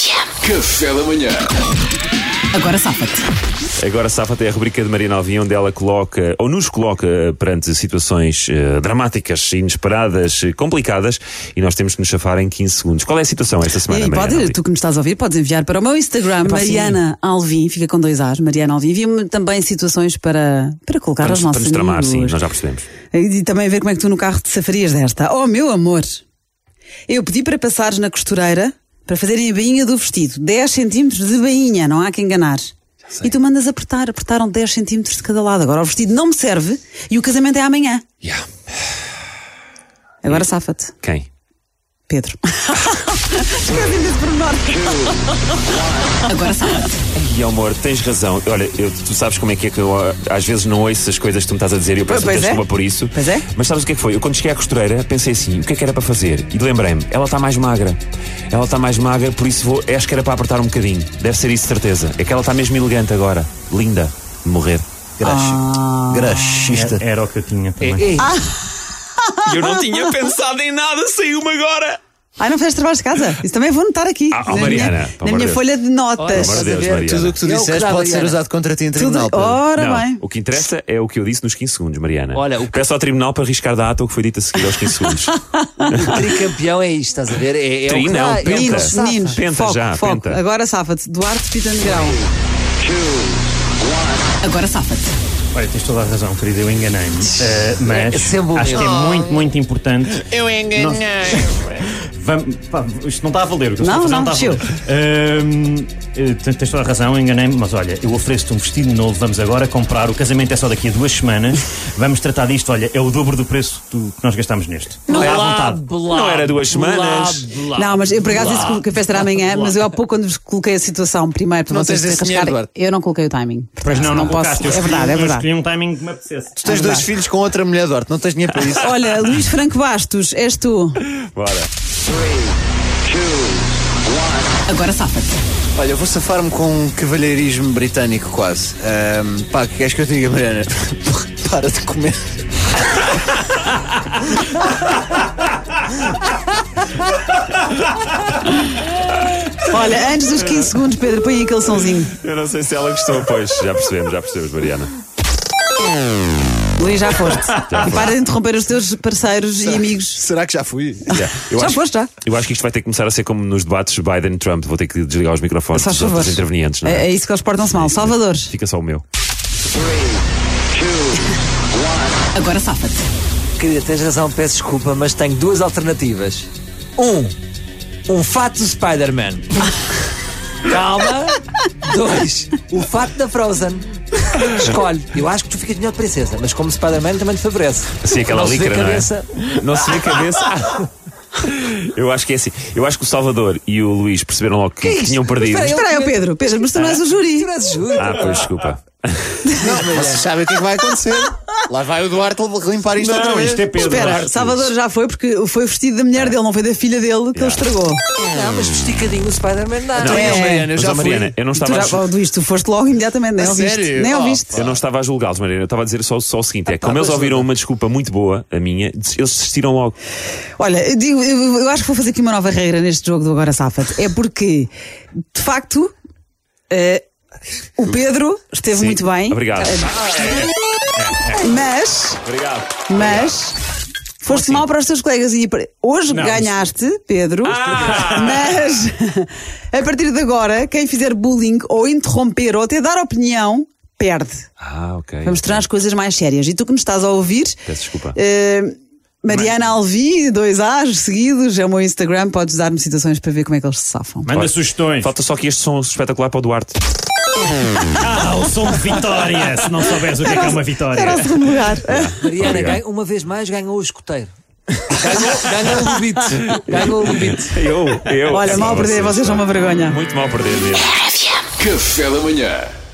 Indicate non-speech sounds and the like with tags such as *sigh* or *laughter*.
Café da manhã. Agora safa-te. Agora Safa é a rubrica de Marina Alvim, onde ela coloca, ou nos coloca, eh, perante situações eh, dramáticas, inesperadas, eh, complicadas, e nós temos que nos safar em 15 segundos. Qual é a situação esta E semana, aí, Mariana pode, Alvim? tu que nos estás a ouvir, podes enviar para o meu Instagram, pá, sim. Mariana Alvim, fica com dois A's, Mariana Alvim. Envia-me também situações para, para colocar Para nos, aos para nossos nos tramar, amigos. sim, nós já percebemos. E também ver como é que tu no carro te safarias desta. Oh, meu amor! Eu pedi para passares na costureira para fazerem a bainha do vestido. 10 centímetros de bainha, não há que enganar. E tu mandas apertar, apertaram 10 centímetros de cada lado. Agora o vestido não me serve e o casamento é amanhã. Yeah. Agora safa-te, Quem? Pedro. *laughs* Esqueci desse pormenor. Agora safa-te. E amor, tens razão. Olha, eu- tu sabes como é que é que eu ah, às vezes não ouço as coisas que tu me estás a dizer e eu peço Pois muita é. desculpa por isso. Pois é. Mas sabes o que é que foi? Eu quando cheguei à costureira pensei assim, o que é que era para fazer? E lembrei-me, ela está mais magra. Ela está mais magra, por isso vou, acho que era para apertar um bocadinho. Deve ser isso, de certeza. É que ela está mesmo elegante agora. Linda. De morrer. Ah. Era, era o que eu tinha É, também. Eu não tinha pensado em nada, saiu-me agora. Ai, não fizeste trabalho de casa? Isso também vou anotar aqui. Ah, oh, na Mariana, minha, pelo na amor minha de folha de notas. Pelo amor de Deus, Estás a ver? Mariana. Tudo o que tu disseste dava, pode ser Ana. usado contra ti em Tudo- tribunal. Pedro. Ora Não, bem. o que interessa é o que eu disse nos 15 segundos, Mariana. Olha, o que- Peço ao tribunal para riscar da ata o que foi dito a seguir aos 15 *laughs* segundos. O tricampeão é isto, estás a ver? É, é o Tri, que não, dá, é o que penta. nos Meninos, safa. meninos. Penta foco, já, foco. penta. Agora safa-te. Duarte Pita Negrão. Agora safa-te. Olha, tens toda a razão, querida, eu enganei-me. Eh, mas É sempre o acho que é mesmo. muito, muito importante. Eu enganei. Vamos, pá, isto não está a valer, o que eu Não, estou a fazer não, está a valer. Ahm, eh, tens- tens toda a razão, eu enganei-me, mas olha, eu ofereço-te um vestido novo, vamos agora comprar, o casamento é só daqui a duas *laughs* semanas, vamos tratar disto, olha, é o dobro do preço do- que nós gastámos neste. Não é à vontade. Não era duas semanas. Não, mas eu por acaso disse que a festa era amanhã, mas eu há pouco, quando vos coloquei a situação primeiro para Não vocês tens esse arriscarem, dinheiro, Duarte. eu não coloquei o timing. Mas Pois não, não, colocaste, eu É escolhi- verdade, é Eu verdade. escolhi um timing que me apetecesse. Tu tens dois filhos com outra mulher, Duarte, não tens dinheiro para isso. Olha, Luís Franco Bastos, és tu. Bora. Agora safa-te. *laughs* Olha, eu vou safar-me com um cavalheirismo britânico quase. Ahm, pá, o que queres que eu te diga, Mariana? *laughs* Para de comer. Olha, antes dos 15 segundos, Pedro, põe aí aquele sonzinho. Eu não sei se ela gostou, pois. Já percebemos, já percebemos, Mariana. Luís, já foste. e para de interromper os teus parceiros e amigos. Será que já fui? Yeah. Eu Já acho- foste, já. Eu acho que isto vai ter que começar a ser como nos debates Biden-Trump. Vou ter que desligar os microfones Só dos favor. outros intervenientes, não É, é? é isso que eles portam-se mal. Salvador. Fica só o meu. Agora safa-te. Querida, tens razão, peço desculpa, mas tenho duas alternativas. Um, um fato do *laughs* Spider-Man. Calma. Dois, o fato da Frozen. Escolhe. Eu acho que tu ficas melhor de princesa, mas como Spider-Man também te favorece. Assim, aquela não se vê licra, não é? cabeça. Não se vê cabeça. *laughs* Eu acho que é assim. Eu acho que o Salvador e o Luís perceberam logo que, é isto? tinham perdido. Espera aí. Espera aí, ó, Pedro. Pedro, mas tu não és o júri. Tu não és juro. Ah, pois, desculpa. Não, vocês sabem o que é que vai acontecer. Lá vai o Duarte limpar isto outra Não, vez. isto é Pedro. Espera, Salvador já foi porque foi o vestido da mulher dele, não foi da filha dele que ele estragou. Não, mas esticadinho o Spider-Man dá. Não, É. Não, Mariana, eu Mas, já ó, Mariana, eu não Tu estava. já, a oh, ju- Luís, tu foste logo imediatamente, nem A ouviste. sério? Nem Oh, ouviste. Eu não estava a julgá-los, Mariana. Eu estava a dizer só, só o seguinte: é que como eles ouviram uma desculpa muito boa, a minha, eles desistiram logo. Olha, eu, digo- eu- eu acho que vou fazer aqui uma nova regra neste jogo do Agora Safa-te. É porque, de facto, eh, o Pedro esteve Hum. Sim. muito bem, eh, Obrigado. mas, Obrigado. mas. Foste mal para os teus colegas e para- hoje Não, ganhaste, Pedro, Ah! mas *laughs* a partir de agora, quem fizer bullying ou interromper ou até dar opinião, perde. Ah, ok. Vamos tornar as coisas mais sérias. E tu que nos estás a ouvir. Peço desculpa. eh, Mariana Alvi, dois A's seguidos, é o meu Instagram, podes dar-me citações para ver como é que eles se safam. Manda sugestões. Falta só que este som espetacular para o Duarte. Ah, o som de vitória, se não souberes o que é que é uma vitória. Era o segundo *laughs* lugar. Mariana, Obrigado. ganha- uma vez mais, ganhou o escoteiro. Ganhou, ganhou o *laughs* Lubite. Ganhou o Lubite. Eu, eu. Olha, mal perder, vocês são uma vergonha. Muito mal perder mesmo. Café da manhã.